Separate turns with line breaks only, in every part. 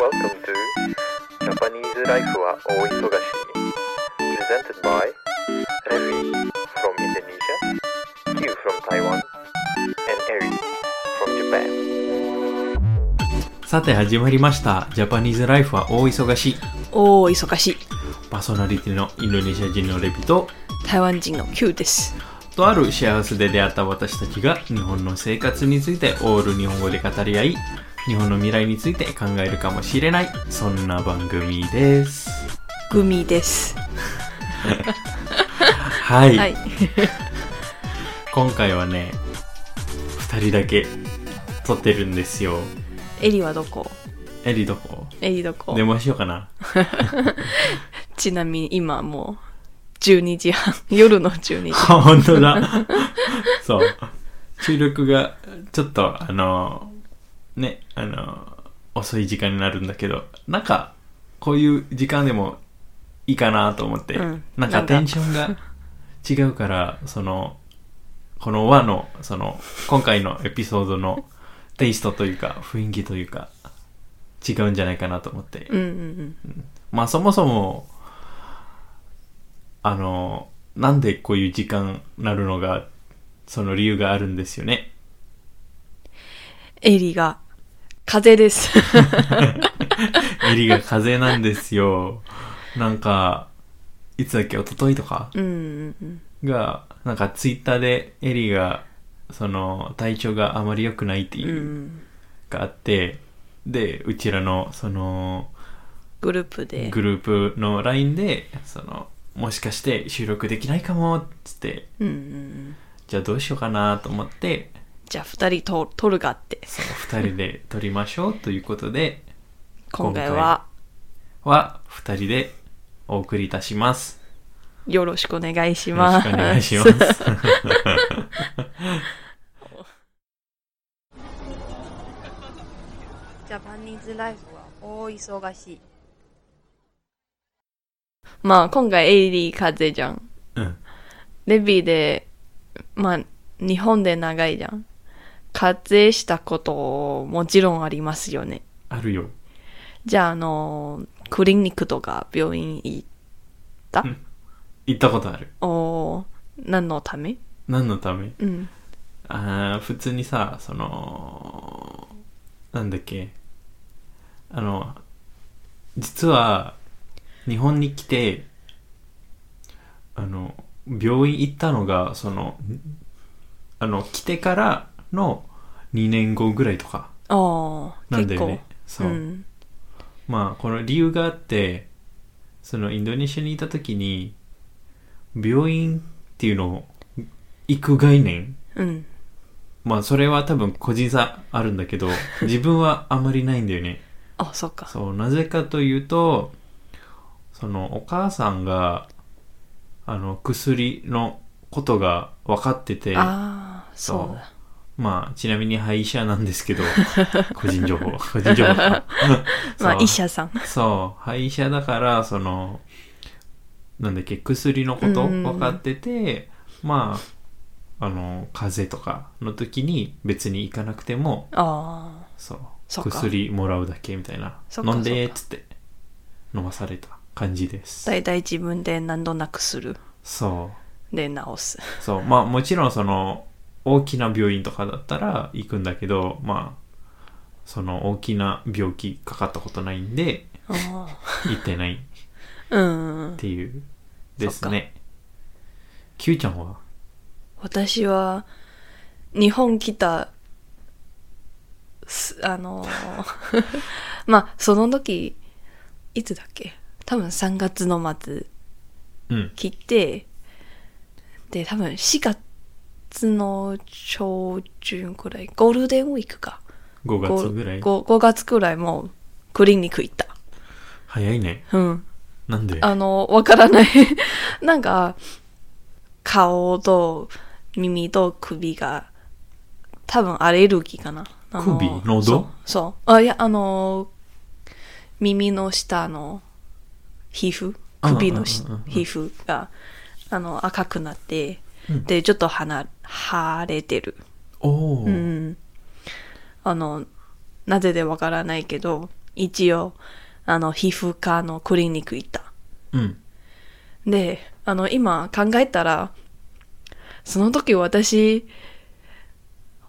Welcome to Japanese Life は大忙しに Presented by Revi from Indonesia, Q from Taiwan, and Eri from Japan
さて始まりましたジャパニーズライフは大忙しい
おお忙しい
パーソナリティのインドネシア人のレピと
台湾人の Q です
とあるシェアハウスで出会った私たちが日本の生活についてオール日本語で語り合い日本の未来について考えるかもしれないそんな番組です
グミです
はい、
はい
今回はね2人だけ撮ってるんですよ
エリはどこ
エリどこ
エリどこ
電話しようかな
ちなみに今もう12時半 夜の12時
あ、本当だ。そう。収録が、ちょっと、あの、ね、あの、遅い時間になるんだけど、なんか、こういう時間でもいいかなと思って、
うん
なん
な
か
んか
テンションが違うから、その、この和の、その、今回のエピソードのテイストというか、雰囲気というか、違うんじゃないかなと思って
う、んうん
まあそもそも、あの、なんでこういう時間なるのが、その理由があるんですよ ね。
エリが風邪です
エリが風邪なんですよ。なんか、いつだっけ、一昨日とか
うんうんうん
が、なんかツイッターでエリが、その、体調があまり良くないって
う
いう、
ん
があって、で、うちらの、その、
グループで
グループの LINE で、その、もしかして収録できないかも、っつって、
うんうんうん
じゃあどうしようかなと思って、
じゃあ2人と撮るがあって
そう、二人で撮りましょうということで、
今回は
は、二人でお送りいたします。
よろしくお願いし
よろ
ま
し
す
くお願いします。
ジャパニーズライフは大忙しい。
まあ今回エリ風邪じゃん
うん。
レビーで、まあ、日本で長いじゃん。風邪したこともちろんありますよね。
あるよ。
じゃあ、あの、クリニックとか病院行った、
うん行ったことある。
おー何のため
何のため
うん。
あー普通にさ、その、なんだっけ。あの、実は、日本に来て、あの、病院行ったのが、その、あの、来てからの2年後ぐらいとか。
ああ、
なんだ
結
よ
構
ね。。そう、
ん。
まあこの理由があってそのインドネシアにいた時に病院っていうのを行く概念
うん。
まあそれは多分個人差あるんだけど自分はあまりないんだよね
あ、そっか。
そうなぜかというとそのお母さんがあの薬のことが分かってて
ああ、
そう
そうだ。
まあちなみに歯医者なんですけど個人情報個人情報
まあ
そ、う
医者さん。
そう、廃医者だから、その、なんだっけ、薬のこと
うん
分かってて、まあ、あの、風邪とかの時に別に行かなくても、
ああ、
そう、
そっか
薬もらうだけみたいな。
そっか
飲んでー
そっ
っ
か
つって、飲まされた感じです。
だいたい自分で何となくする。
そ
で、治す。
う、そう、まあもちろんその、大きな病院とかだったら行くんだけど、まあ、その大きな病気かかったことないんで、
あ
行ってない。
あ、うん
っ。ていうです
そっ
ね。キューちゃんは
私は日本来たすあ のーまあその時いつだっけ多分3月の末
うん。
来てで多分4月の上旬くらいゴールデンウィークか
5
5,
月ぐらい
5, 月くらいもうクリニック行った
早いね。
うん
なんで
あのわからない なんか顔と耳と首が多分アレルギーかな。あの
首喉
そうそう。あ、いや、あの、耳の下の皮膚首のし
うんうんうんうん
皮膚が、あの、赤くなって、
うん
で、ちょっと鼻、腫れてる。
おお、
うん。あの、なぜでわからないけど、一応、あの、皮膚科のクリニック行った。
うん。
で、あの、今考えたら、その時私、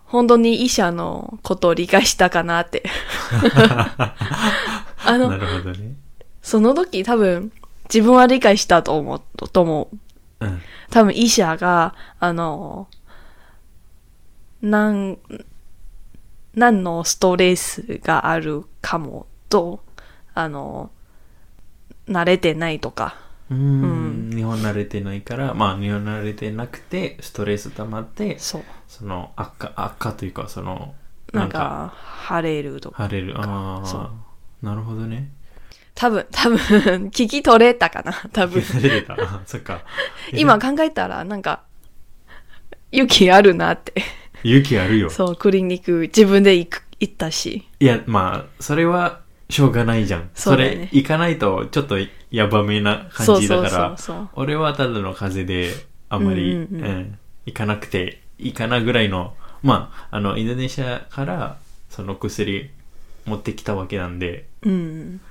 本当に医者のことを理解したかなって。 あ
な
の、
るほどね。
その時多分、自分は理解したと思う、と思う。
うん。
多分医者が、あの、なん、何のストレスがあるかもと、あの、慣れてないとか、
うーん日本慣れてないから、まあ日本慣れてなくて、ストレス溜まって、
そう。
その悪化、悪化というか、その、
なん、か、晴れるとか。
晴れる。あ
そ
あ、なるほどね。
多分、 多分、聞き取れたかな、 多分。
晴れてた。あそっか。
今考えたら、なんか、雪ある なって。
勇気あるよ。
そう、クリニック自分で行く行ったし。
いや、まあ、それは、しょうがないじゃん。
そうだよね
れ、行かないと、ちょっと、やばめな感じだから、
そうそうそうそう
俺はただの風邪で、あんまり、
うんうんうん
うん行かなくていいかなぐらいの、まあ、あの、インドネシアから、その薬、持ってきたわけなんで、
うん。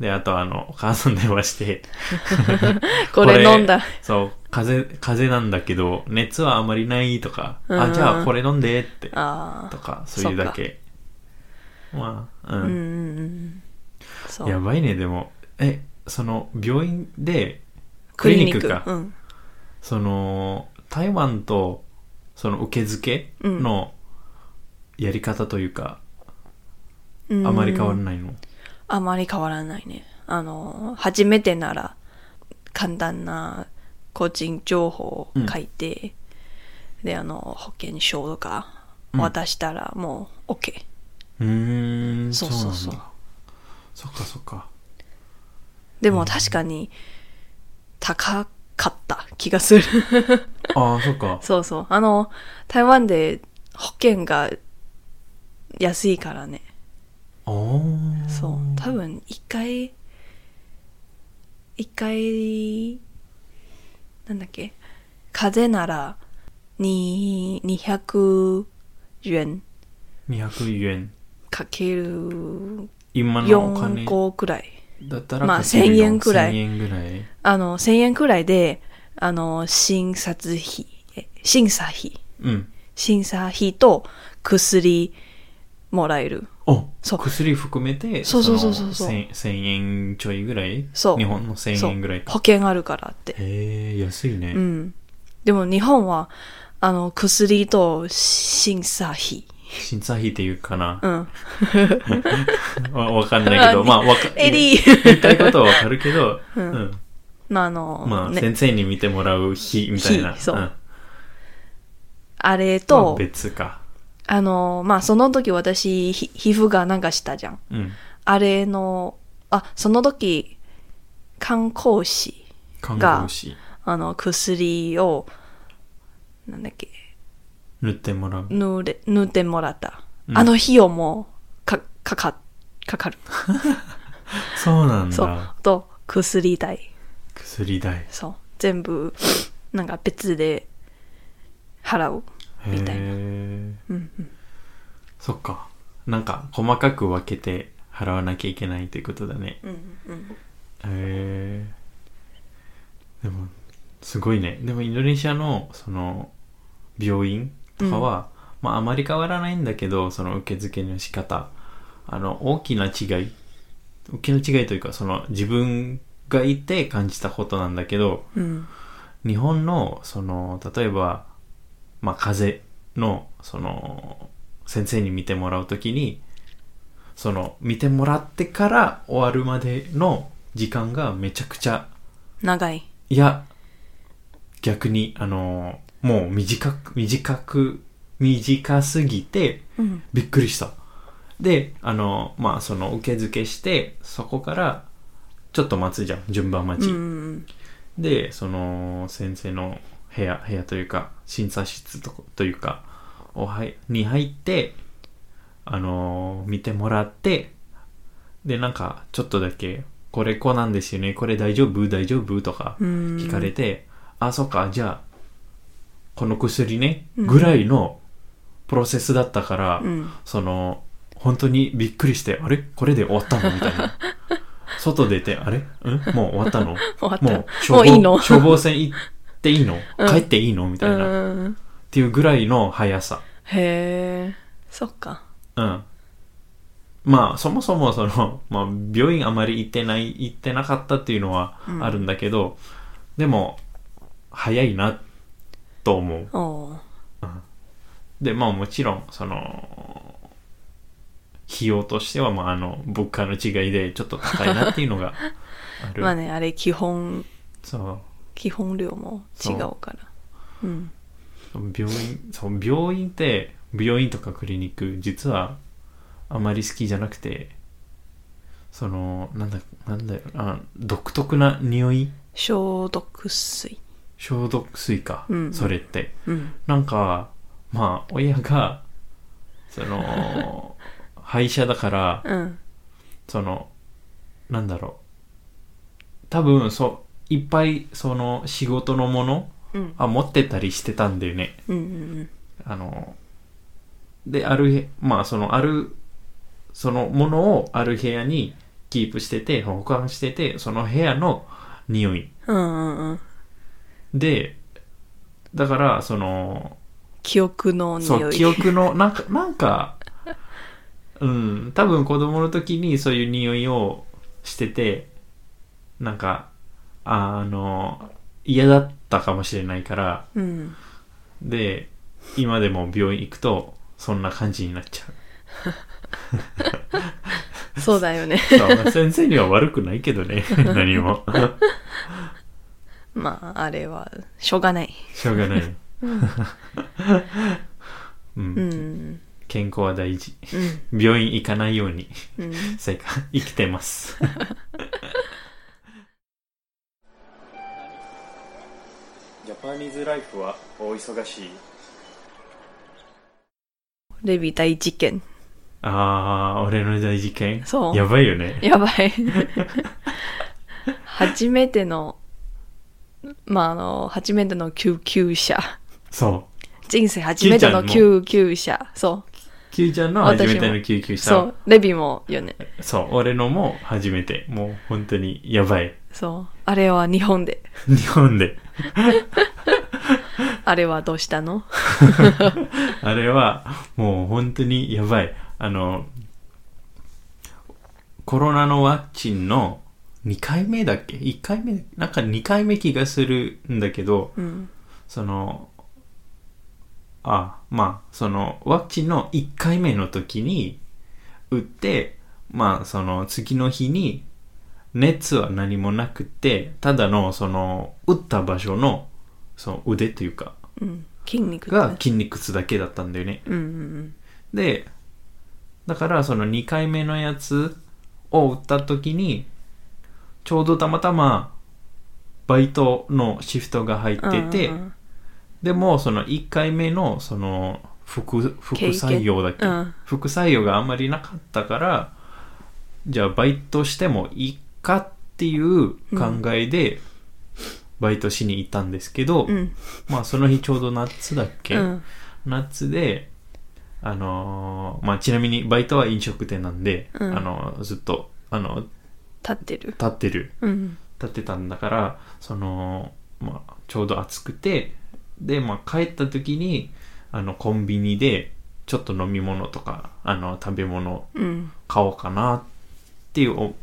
で、あと、あの、お母さんに電話して、
これ飲んだ。
そう、風邪、風邪なんだけど、熱はあまりないとか、
う
あ、
ん
じゃあこれ飲んでって、
あ
とか、そういうだけ。まあ、
あ。
う
う
ん。
んうんうん。そ
や
う。
ばいね、でも。え、その、病院で、クリニックか。
うん。
その、台湾と、その、受付の、やり方というか、
うん
あまり変わらないの。
あまり変わらないね。あの、初めてなら、簡単な個人情報を書いて、で、あの、保険証とか
うん
渡したらもう OK。
うーん、
そう
なん
そう
だ
そう
そっかそっか。
でも確かに、高かった気がする。
ああ、そっか。
そうそう。あの、台湾で保険が安いからね。
ああ。
そう。多分、一回、一回、なんだっけ、風邪なら、に、200円
200円。
かける
今のお金
4個くらい。
だったら、
まあ
かける
1000円くらい
1000円ぐらい。
あの、1000円くらいで、あの、診察費、え審査費、
うん。
審査費と薬もらえる。
お
そう
薬含めて、
そうそうそうそうそう
の1000 1000円ちょいぐらい
そう
日本の1000円ぐらい
そう
か。
保険あるからって。
へえ、安いね。
うん。でも日本は、あの、薬と審査費。
審査費っていうかな
う。ん。
わわかんないけど、
あ
まあ、わか、
エリ
言いたい
ー。
ことはわかるけ ど、うん。
まあ、あの、
まあ、
ね、
先生に見てもらう日みたいな。
日そうんあれ
まあ
と、
別か。
あの、まあ、その時私、ひ皮膚がなんかしたじゃん。
うん。
あれの、あ、その時、観光士
看護師。
あの、薬を、なんだっけ、
塗ってもらう。
塗れ、塗ってもらった。
うん
あの費用も、か、かか、かかる。
そうなん
そう
だ。。
と、薬代。
薬代。
そう。全部、なんか別で払う。
へ
みたいな
え。
うんうん。
そっか。なんか、細かく分けて払わなきゃいけないということだね。
うんうん。
へえでもすごいねでもインドネシアのその病院とかは、まああまり変わらないんだけどその受付の仕方あの大きな違い大きな違いというかその自分がいて感じたことなんだけど
うん。
日本のその例えば、まあ、風邪のその先生に見てもらうときにその見てもらってから終わるまでの時間がめちゃくちゃ
長い。
いや逆にあのもう短く短く短すぎて
うん。
びっくりしたであのまあその受付してそこからちょっと待つじゃん順番待
う
ち、
ん。
でその先生の部屋部屋というか審査室とこというかおはいに入ってあのー見てもらってでなんかちょっとだけ「これこうなんですよねこれ大丈夫大丈夫?」とか
うん
聞かれて「あそっかじゃあこの薬ね」ぐらいのプロセスだったから、
うん
その本当にびっくりして、あれこれで終わったのみたいな。外出て、あれんもう終わったの
終わった。
もう
も
消
う
防
いいの
消防船行っていいの、
うん
帰っていいのみたいな、っ
うん。
ていうぐらいの速さ。
へえ。そっか。
うん。まあ、そもそもその、 まあ、病院あまり行ってない、行ってなかったっていうのは
うん
あるんだけど、でも、早いな、と思う。
おう
で、まあもちろん、その、費用としては、まああの、物価の違いでちょっと高いなっていうのがある。
まあね、あれ基本、
そう。
基本量も違うから。うん。
病院そう病院って病院とかクリニック実はあまり好きじゃなくてそのなんだなんだよあ独特な匂い
消毒水。
消毒水か、
うん
それって
うん。
なんかまあ親がそ の廃車だから
うん。
そのなんだろう多分そういっぱいその仕事のもの
うん。
あ持ってたりしてたんだよね
うんうん
あの、で、ある、まあ、その、ある、そのものをある部屋にキープしてて、保管してて、その部屋の匂い。
うん。うんうんうん。
で、だから、その、
記憶の
そ
匂
う、
い。
記憶の、なんか、なんか、うん、多分子供の時にそういう匂いをしてて、なんか、あの、嫌だったかもしれないから、
うん。
で、今でも病院行くと、そんな感じになっちゃう。
そうだよね。
そう先生には悪くないけどね何も
まあ、あれは、しょうがない。
しょうがない、うん
うん。
健康は大事
うん。
病院行かないように
うん。
生活生きてます
ジャパニーズライフは大忙しい
レビ大事件。
あー俺の大事件
そう
やばいよね
やばい。 初めての、まあ、あの、初めての救急車。
そ
人生初めての
キュ
救急車。そう
キュちゃんの
私
初
も
めての救急
う。そ
車
う。レビもよね。
そう俺のも初めてもう本当にやばい
そう。あれは日本で。
日本で
あれはどうしたの
あれはもう本当にやばいあのコロナのワクチンの2回目だっけ ?1 回目なんか2回目気がするんだけど、
うん。
その、あ、まあ、その、ワクチンの1回目の時に打って、まあ、その、次の日に、熱は何もなくて、ただの、その、打った場所の、その腕というか、
うん。筋肉
が
だ。
筋肉痛だけだったんだよね。
うんうん
で、だからその2回目のやつを打った時に、ちょうどたまたまバイトのシフトが入っ
うん。
てて、
うんうん
でもその1回目のその副副
経験
採用だっけ、
うん
副採用があんまりなかったから、じゃあバイトしてもいいかっていう考えで、バイトしに行ったんですけど、
うん。
まあその日ちょうど夏だっけ、
うん。
夏で、あのーまあ、ちなみにバイトは飲食店なんで、
うん
あのーずっと、あの
立ってる。
立ってる、
うん。
立ってたんだから、その、まあ、ちょうど暑くて、で、まあ、帰った時に、あの、コンビニで、ちょっと飲み物とか、あの、食べ物
うん。
買おうかなっていうお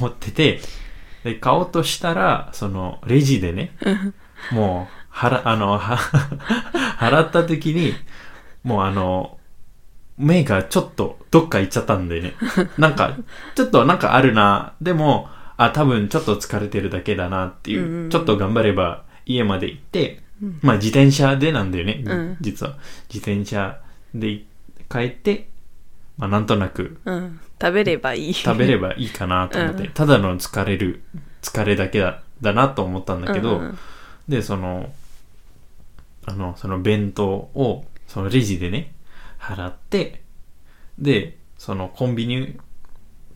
思ってて、で、買おうとしたら、その、レジでね、もう、払、あの、は 払った時に、もうあの、目がちょっとどっか行っちゃったんでね。なんか、ちょっとなんかあるな。でも、あ、多分ちょっと疲れてるだけだなっていう、
うんうんうん
ちょっと頑張れば家まで行って、まあ自転車でなんだよね、
うん
実は。自転車でい帰って、まあなんとなく
うん。食べればいい。
食べればいいかなと思って、
う
ただの疲れる、疲れだけだ、だなと思ったんだけど、
うんうん
で、その、あの、その弁当を、そのレジでね、払って、で、そのコンビニ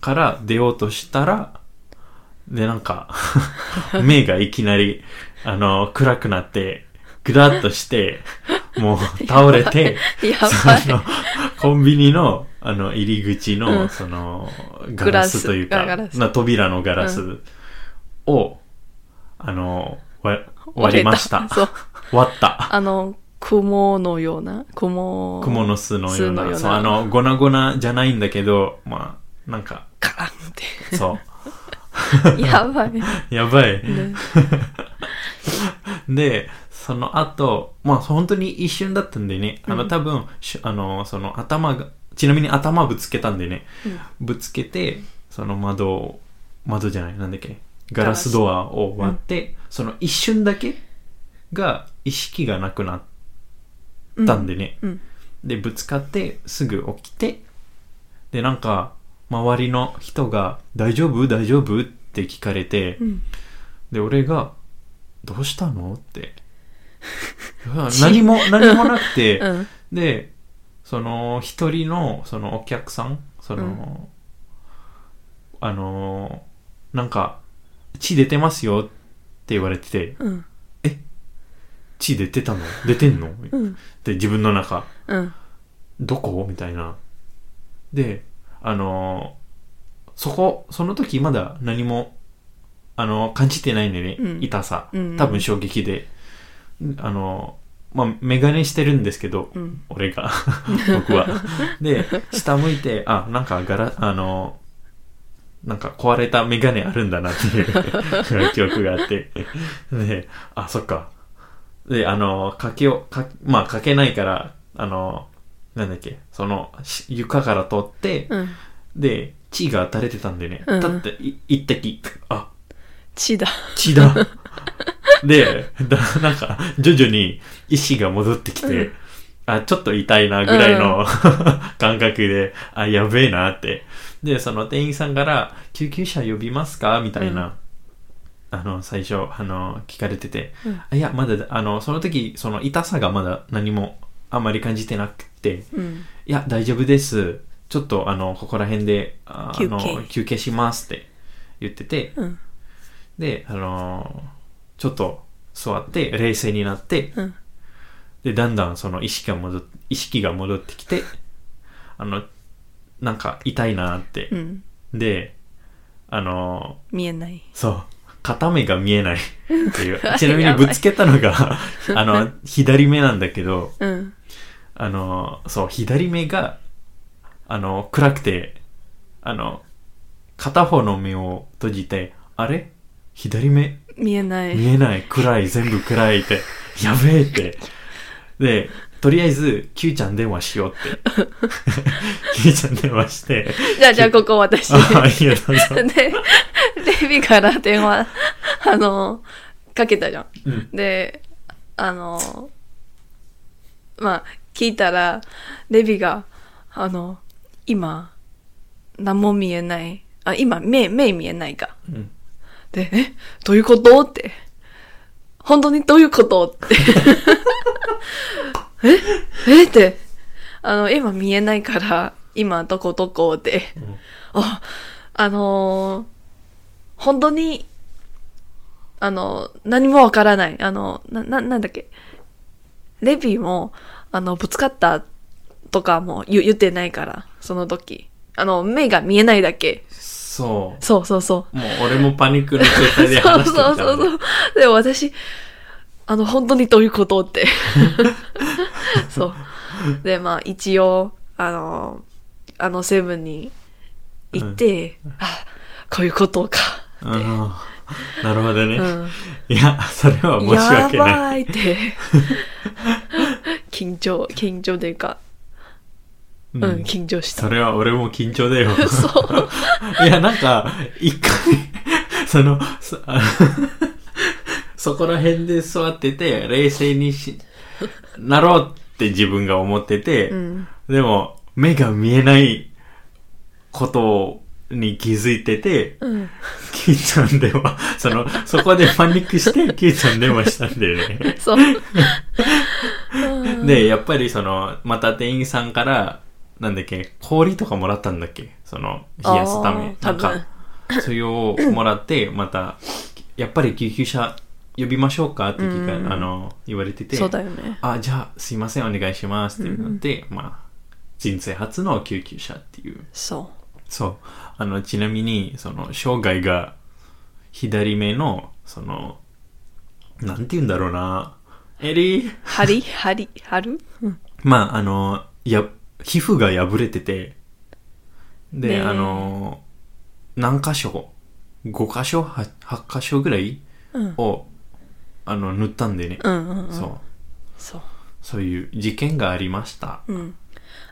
から出ようとしたら、で、なん か、目がいきなり、あの、暗くなって、ぐらっとして、もう倒れて、
やばい。
その、コンビニの、あの、入り口
う
の、
ん
その、ガ
グ
ラ
ラス
スという
あガラ
か、
ス
な扉のガラ
う
スを、あの、わ割りました
折れ。 そう。
割った。
あの、雲のような、雲。
蜘蛛の巣のよう
巣のよう
な、
な
そう、あの、ごなごなじゃないんだけど、まあ、なんか、
カランっ
そ
て。 やばい。ね、
う。 やばい。で、その後、まあ本当に一瞬だったんでね、あの多分、しあの、その頭が、ちなみに頭ぶつけたんでね、ぶつけて、その窓を、窓じゃない、なんだっけ、ガラスドアを割って、その一瞬だけが意識がなくなったんでね、
うん。
で、ぶつかって、すぐ起きて、で、なんか、周りの人が、大丈夫大丈夫って聞かれて、
うん。
で、俺が、どうしたのって。 うわ何 も、何もなくて、
うん。
で、その、一人の、その、お客さん、その、あの、なんか、血出てますよって言われてて、
うん。
血出てたの出てんの
う
っ
ん。
て自分の中。
うん。
どこみたいな。で、あのーそこ、その時まだ何も、あのー感じてないんでね、
うん
痛さ
うんうん。
多分衝撃で。あのーまあ、メガネしてるんですけど、
うん
俺 が、僕は。で、下向いて、あ、なんかガラ、あのーなんか壊れたメガネあるんだなっていう 記憶があって。で、あ、そっか。で、あのーかけを、か、まあ、かけないから、あのーなんだっけ、その、し床から取って、
うん。
で、血が垂れてたんでね、
うん
立って、い一滴、あ、
血だ。
血だ。で、だなんか、徐々に意志が戻ってきて、
うん
あ、ちょっと痛いなぐらいの、 感覚で、あ、やべえなって。で、その店員さんから、救急車呼びますかみたいな、あの、最初、あの、聞かれてて、
うん
あいや、まだだ、あの、その時、その痛さがまだ何もあんまり感じてなくて、
うん。
いや、大丈夫です。ちょっと、あの、ここら辺で、ああ
休憩
の、休憩しますって言ってて、
うん。
で、あのーちょっと座って、冷静になって、
うん。
で、だんだんその意識が戻っ意識が戻ってきて、あの、なんか痛いなーって
う。ん。
で、あの
見えない。
ーそう、片目が見えないっていう。ちなみに
やばい
ぶつけたの が、あの、左目なんだけど、
うん。
あの、そう、左目が、あの、暗くて、あの、片方の目を閉じて、あれ左目
見えない。
見えない、暗い、全部暗いって、やべえって。で、とりあえず、キューちゃん電話しようって。 キューちゃん電話して、
じゃあ、じゃあ、ここ私。
ああ、いや、どうぞ。
で、 レビから電話、あの、かけたじゃん。
うん
で、あの、まあ、聞いたら、レビが、あの、今、何も見えない。あ、今、目、目見えないか。
うん
で、え、どういうことって。本当にどういうことって。ええって。あの、今見えないから、今どこどこで。あ、あのー本当に、あの、何もわからない。あの、な、な、なんだっけ。レビィも、あの、ぶつかったとかも言言ってないから、その時。あの、目が見えないだけ。
そ
そうそうそう。
う。もう、俺もパニックの状態で
そう
話してた
そ
の
うそうそう。でも私、あの、本当にどういうこ とって。そう。で、まあ、一応、あの、あのセブンに行って、あ、こういうことか。
あーなるほどね。
うん。
いや、それは申し
や
訳ない。
ばい って。緊張、緊張というか、
う
うん、緊張した
そ。れは俺も緊張だよ。
そう。
いや、なんか、一回、 その、そ あそこら辺で座ってて、冷静にし、なろうって自分が思ってて、
うん。
でも、目が見えないことに気づいてて、
うん。
キーちゃんでは、その、そこでパニックして、キーちゃん電話したんだよね。
そう。うん
で、やっぱりその、また店員さんから、なんだっけ、氷とかもらったんだっけその、冷やすため。
あ
な
ー
んか、それをもらって、また、やっぱり救急車呼びましょうかって聞か、
うん
あの、言われてて、
そうだよね。
あ、じゃあ、すいません、お願いしますってなって、まあ、人生初の救急車っていう。
そ
そう。あの、ちなみに、その、生涯が左目の、その、なんて言うんだろうな。エリー
う。針針春
まあ、あの、や、皮膚が破れてて、で、
ねえ
あの、何箇所 ?5 箇所 8, ?8 箇所ぐらい、
うん
を、あの、塗ったんでね。
うんうんうん
そう。
そう
そういう事件がありました。
うん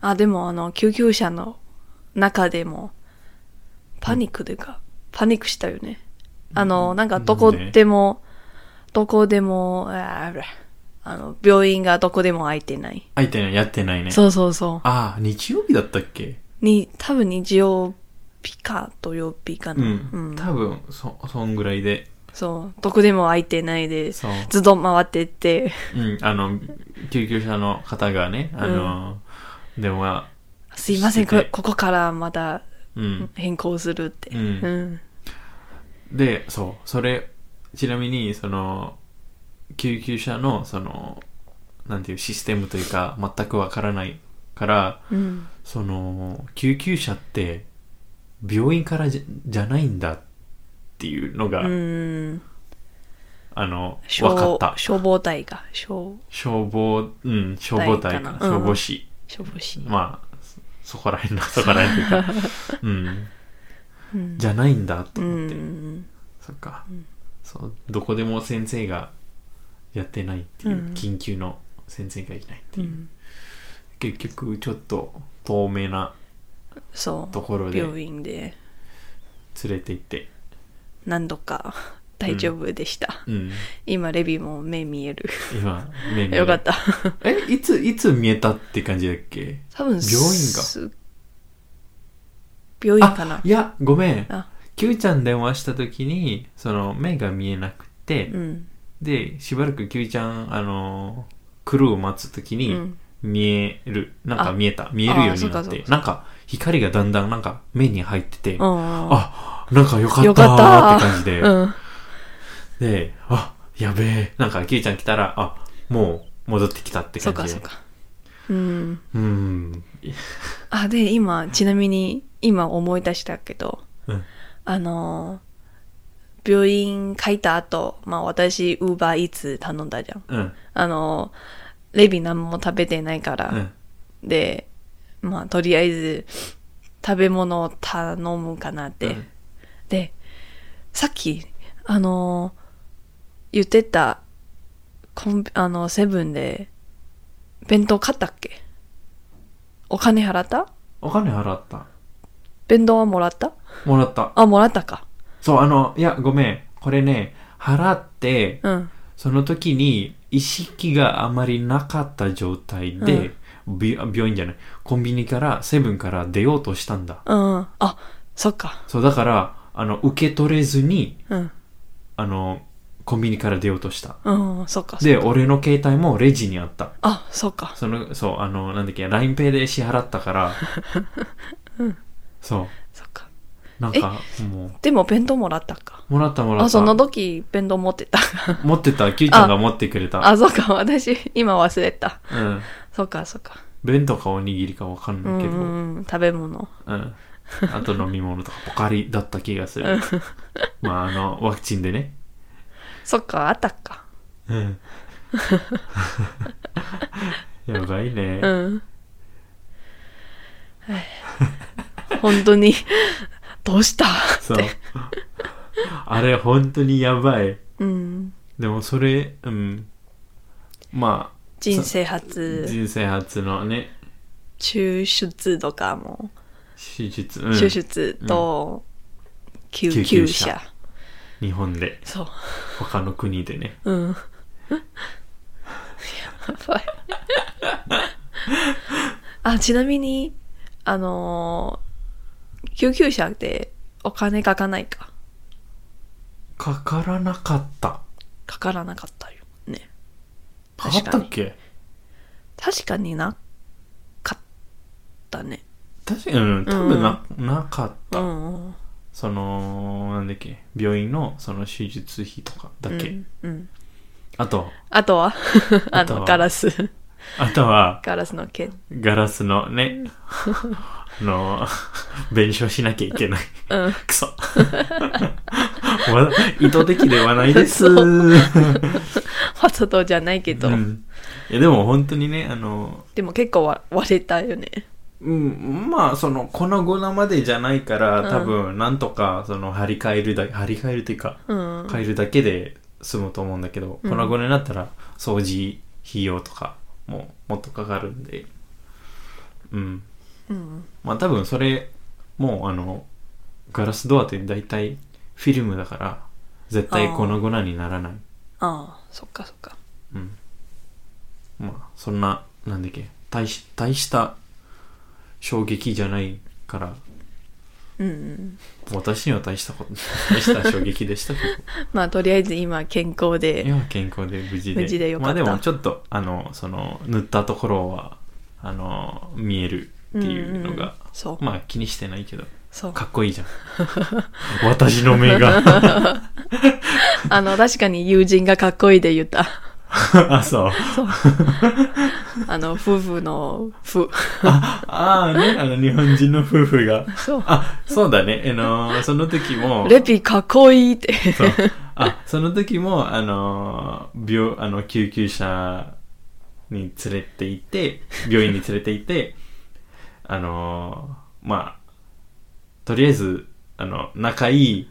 あでもあの救急車の中でもパニックというか、パニックしたよねあのなんかどこでもどこでもああれあの病院がどこでも空いてない、
相手にやってないね。
そうそうそう
ああ、日曜日だったっけ
に多分日曜日か土曜日か
う
な、
ん。多分、そ、そんぐらいで。
そうどこでも空いてないで
そう
ずっと回ってって
うん、あの、救急車の方がね、あの、電話、
すいません
して
こ
て
ここからまた
うん。
変更するって、
うんで、そう、それ、ちなみに、その、救急車の、その、なんていうシステムというか、全くわからないから、
うん
その、救急車って、病院からじゃじゃないんだっていうのが、
うん
あの、
消
わかった。
消防隊が消
消防、うん、消防隊か
隊
な、
かなうん
消防士。
消防士、
まあ、そそこら辺の、そこら辺というか、 うん。
うん
じゃないんだと
う
思って、
ん
そっか、そう、どこでも先生がやってないっていう、
うん
緊急の先生がいないっていうう、
ん
結局ちょっと透明な
そ
ところ
う
で
病
連
院で
れて行って、
何度か大丈夫でした、
うん、
今レビも目見える
今、目見える
よかっ。た
え、いつ、いつ見えたって感じだっけ
多分
病院が
す病院かない
や、ごめん。
あ
Q ちゃん電話した時に、その、目が見えなくて、
うん
で、しばらく Q ちゃん、あのー、クルーを待つ時
う
に、
ん
見える。なんか
あ
見えた。見えるように
そ
な
うか
っ
そう
て
か。
なんか光がだんだんなんか目に入ってて、
あ
あ、なんかよか
よ
ったー
か
って
った
感じで。
うん
で、あ、やべえ。なんかキューちゃん来たら、あ、もう戻ってきたって
そ
感
う
じで。
かそうかうん
うん。
あで今ちなみに今思い出したけど
うん。
あのー病院書いた後、まあ私、ウーバーイーツ頼んだじゃん。
うん。
あのーレビ何も食べてないか
う
ら。
ん。
で、まあとりあえず、食べ物を頼むかなって。
うん
で、さっき、あのー言ってた、コンビあの、セブンで、弁当買ったっけお金払った
お金払った。
弁当はもらった
もらった。
あ、もらったか。
そう、あの、いや、ごめん。これね、払って、
うん。
その時に意識があまりなかった状態で、び病院じゃない、コンビニから、セブンから出ようとしたんだ。
うん。あ、そっか。
そう、だから、あの、受け取れずに、
うん。
あの、コンビニから出ようとした。
うん、そっか。
で、俺の携帯もレジにあった。
あ、そっか。
その、そう、あの、なんだっけ、LINEPay で支払ったから、そう、
そっか。
なんか、も
でも弁当もらったか。
う、もらったもらった。
あ、その時弁当持ってた。
持ってた、キューちゃんが持ってくれた。
あ、そっか。私、今忘れた。
うん。
そっか、そっか。
弁当かおにぎりかわかん
う
ない
ん
けど、
うんうん。食べ物。
うん。あと飲み物とかポカリだった気がする。まあ、あの、ワクチンでね。
そっか、あったか。
うん。やばいね。
うん。本当に、どうした
そう。あれ、本当にやばい。
うん。
でも、それ、うん。ま
人生
あ、
初、
人生初のね、
抽出とかも、
手術、うん、
抽出と、救
救
急
急
車
車。日本で、
そう。
他の国でね。
うん。やばい。あ、ちなみに、あのー救急車ってお金かかないか。
かからなかった。
かからなかったよ。ね。
かかったっけ
確かになかったね。
確かに、うん、多分な、なかった。
うんうん。
その、なんだっけ、病院のその手術費とかだ
う
け。
ん。うん。
あと、
あとはあ
あと
の、
は
ガラス。
あとは、
ガラスの剣。
ガラスのね、あの、弁償しなきゃいけ ない。
うん。
くそ。わ意図的ではないです。
そう
うん
わざとじゃないけど。
いやでも本当にね、あの、
でも結構わ割れたよね。
うん、まあその粉々までじゃないから
うん
多分なんとかその張り替えるだ張り替えるというか
うん。
変えるだけで済むと思うんだけど、
うん
粉々になったら掃除費用とかももっとかかるんでうん
うん。
まあ多分それもうあのガラスドアって大体フィルムだから絶対粉々にならない
ああ、そっかそっか。
うんまあそんななんだっけ大し大した衝撃じゃないから
うんうん。
私には大したこと 大した衝撃でしたけ
まあとりあえず今健康
ど
で。
今は健康で無事で
無事でよかった
まあでもちょっとあのその塗ったところはあの見えるっていうのが、
んんそう。
まあ気にしてないけど
そう。
かっこいいじゃん 私の目 が
あの、確かに友人がかっこいいで言 った。
あそう
あの、夫婦の、夫。
ああーねあの日本人の夫婦が
そう。
あそうだねあのその時も
レピかっこいいって。
そうあその時もあの病あの救急車に連れて行って病院に連れて行ってあのまあとりあえずあの仲いい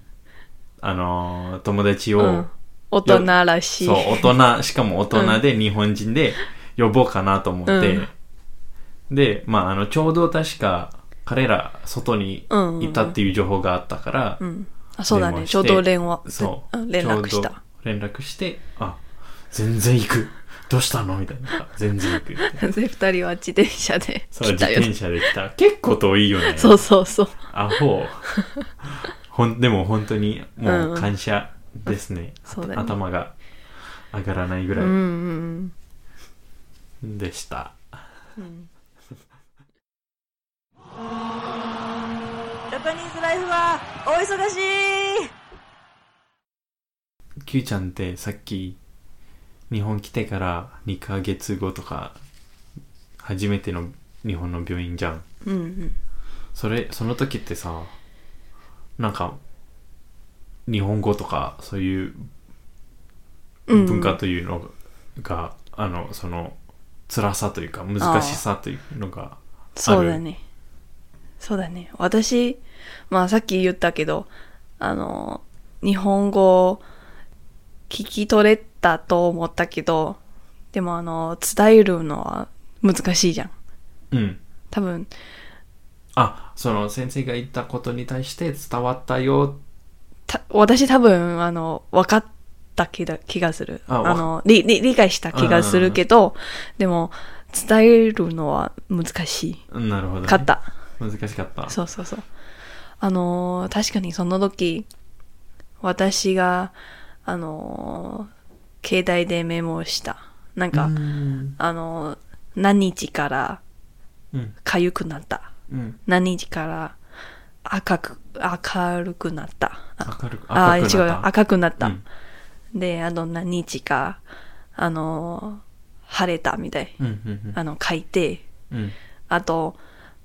あの友達を、
うん大人らしい。
そう大人しかも大人で日本人で呼ぼうかなと思って、でまああのちょうど確か彼ら外にいたっていう情報があったから、
うん。あ、そうだ
電
ね。
話して
ちょうど連話。
そう。
ん連絡し
ちょう
た。
ど連絡して、あ、全然行く。どうしたのみたいな。全然行く。
で、二人は自転車で
そう、
来
自
たよ
転
ね。
車で来た。結構遠いよね。
そうそうそう。
アホ。ほん、でも本当に、も
う
うん感謝ですね。
そうだね
頭が上がらないぐ
うん
ら
う
い
ん
でした。
うんうん。
ジャパニーズライフは大忙しい
キューちゃんってさっき、日本来てから2ヶ月後とか、初めての日本の病院じゃん。
うんうん。
それその時ってさなんか日本語とかそういう
うん
文化というのが、あのその辛さというか難しさというのが
そうだね。そうだね。私、まあさっき言ったけど、あの、日本語聞き取れたと思ったけど、でもあの、伝えるのは難しいじゃん。
うん
多分、
あその先生が言ったことに対して伝わったよ
た私多分、あの、分かった気だ気がする。
あ
あ
わ
の理理、理解した気がするけど、でも、伝えるのは難し
うんなるほど、
い。
ね、
かった。
難しかった
そうそうそう。あのー確かにその時、私が、あのー携帯でメモした。なんか、
うん
あのー何日から
うん
痒くなった。
うん
何日から赤く、明るくなった。あ
明るく
あ
赤く
ー、違う
な
よ
っ。た
赤くなった。
うん
で、あと何日か、あのー晴れたみたい。
うんうん
あの、書いて、
うんうん
あと、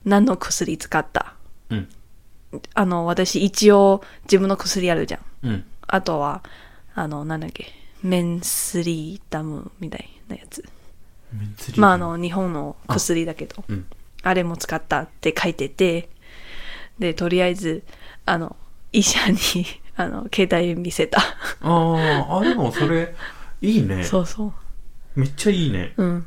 何の薬使った。
うん
あの、私一応自分の薬あるじゃん。
うん
あとは、あの、なんだっけ、メンスリーダムみたいなやつ。
めっちゃ
まあ、あの、日本の薬だけど、あ,、
うん
れも使ったって書いてて、で、とりあえず、あの、医者に、 あの、携帯見せた。
あーあでもそれいいね
そうそ
めっちゃいいね
う。うん。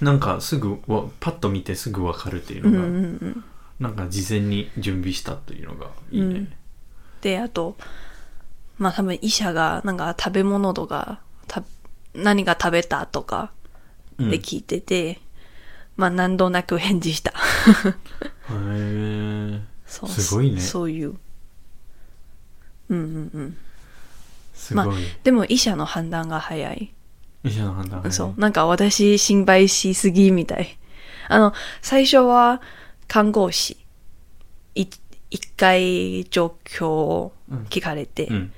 なんかすぐわパッと見てすぐわかるっていう
う
の
んう
が、
んうん。
なんか事前に準備したというのがいいね、
で、あと、まあ多分医者が、なんか食べ物とか、た何が食べたとか、
うん
で聞いてて、まあ何度なく返 事した。
へえ
そう
すごいね
そういう。うんうんうん。
すごい、
まあ、でも医者の判断が早い。
医者の判断
そう。なんか私心配しすぎみたい。あの、最初は看護師。い一回状況を聞かれて、
うん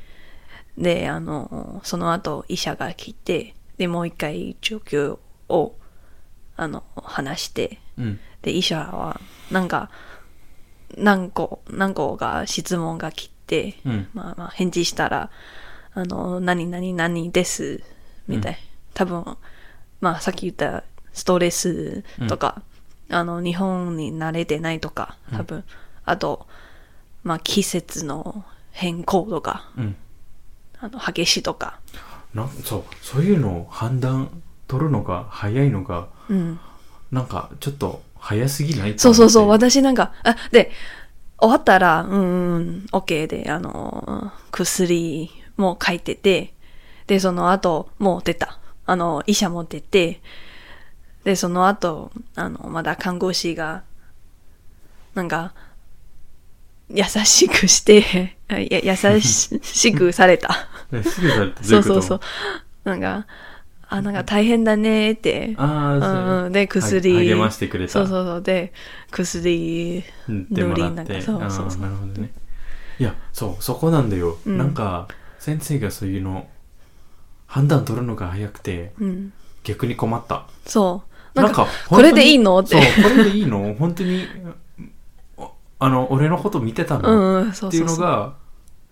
で、あの、その後医者が来て、で、もう一回状況をあの、話して、
うん
で、医者は、なんか、何個、何個が質問が来て、
うん
まあまあ、返事したら、あの、何々何です、みたい。
うん
多分、まあ、さっき言ったストレスとか、あの、日本に慣れてないとか、多分、あと、まあ、季節の変更とか、
うん
あの、激しいとか、
なんそうそういうのを判断取るのが早いのが
うん。
なんかちょっと早すぎない
そうそうそう、
と思って
私なんか、あ、で、終わったら、うん、うん、OK で、あの、薬も書いてて、で、その後、もう出た。あの、医者も出て、で、その後、あの、まだ看護師が、なんか、優しくして、 あや優しくされた。
ねすぐされて
そ
ど
うそ
いうこ
そ
と
う。なんか、あ、なんか大変だねーって。
ああ、
うんうん、で、薬。
励ましてくれた。
そうそうそう。で、薬
塗って
塗
もら
り
っ
なん
て。
か、そうそう
あ
そ
ー
う。
なるほどね。いや、そう、そこなんだよ。
うん
なんか、先生がそういうの、判断取るのが早くて、
うん。
逆に困った。
そう。なんか、
本
こ
当に
れでいいのって。
そう、これでいいの本当に、おあの、俺のこと見てた
う
の、
んうん、そ
っ
う
てい
そうう
の
そう。
が、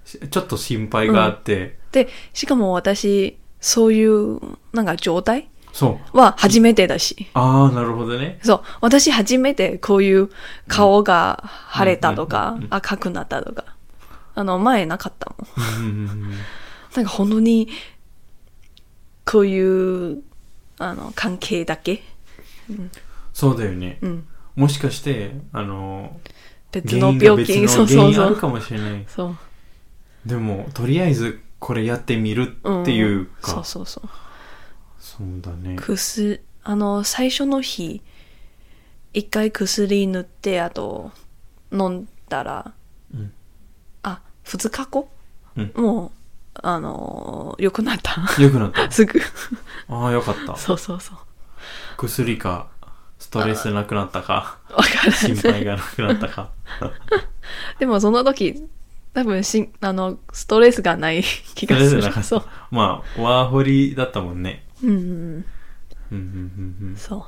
しちょっと心配があって、
で、しかも私、そういう、なんか状態
そう。
は初めてだし。
ああ、なるほどね。
そう。私初めてこういう顔が腫れたと
うん
か
うんうん、
赤くなったとか。あの、前なかったもん。
うんうんうん
なんか本当に、こういう、あの、関係だけ
そうだよね。
うん。
もしかして、あの、
別
原
の
因が
病
別
気、
の
そう
原
そう
因
そ
ある
う。
かもしれない。
そう。
でもとりあえずこれやってみる
うん
っていうか、
そうそうそう。
そうだね
薬、あの、最初の日、一回薬塗って、あと、飲んだら、
うん
あ、二日後、
うん
もう、あの、良くなった。
よくなった
すぐ。
ああよかった
そうそうそう。
薬かストレスなくなったか
わからない。
心配がなくなったか
でもその時、多分しん、あの、ストレスが ない
ス
気
ト
が
レ
す
ス
る
なか。っ
そう
た。まあワーホリだったもんね
うんうん
うんうんうんうん
うん、
なる
そ
ほ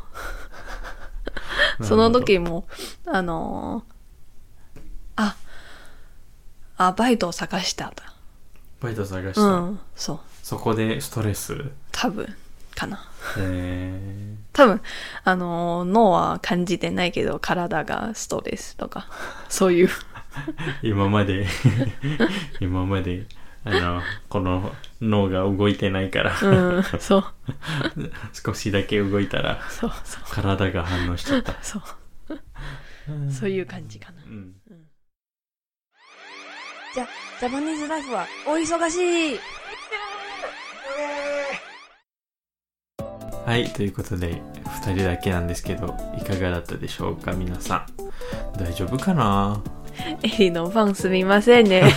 う。
ど
その時も、あのーあ、アバイトを探したんだ。
バイト探した、
うん、そう。
そこでストレス
多分、かな。
え
多分、あのー脳は感じてないけど、体がストレスとか、そ ういう。
ー、今まで 今まであのこの脳が動いてないから、
うん、そう、
少しだけ動いたら
そう、そう、
体が反応しちゃ った
そう、そういう感じかな。
うん
じゃ、ジャパニーズライフはお忙しい
はい、ということで、2人だけなんですけど、いかがだったでしょうか、皆さん。大丈夫かな
エリのファンすみませんね。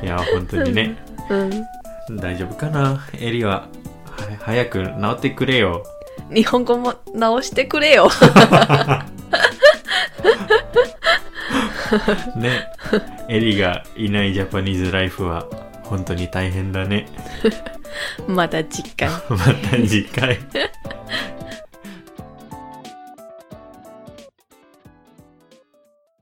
いや、本当にね、
うん。
大丈夫かなエリは、は早く治ってくれよ。
日本語も直してくれよ。
ね、エリがいないジャパニーズライフは、本当に大変だね。
また実家。
また次回。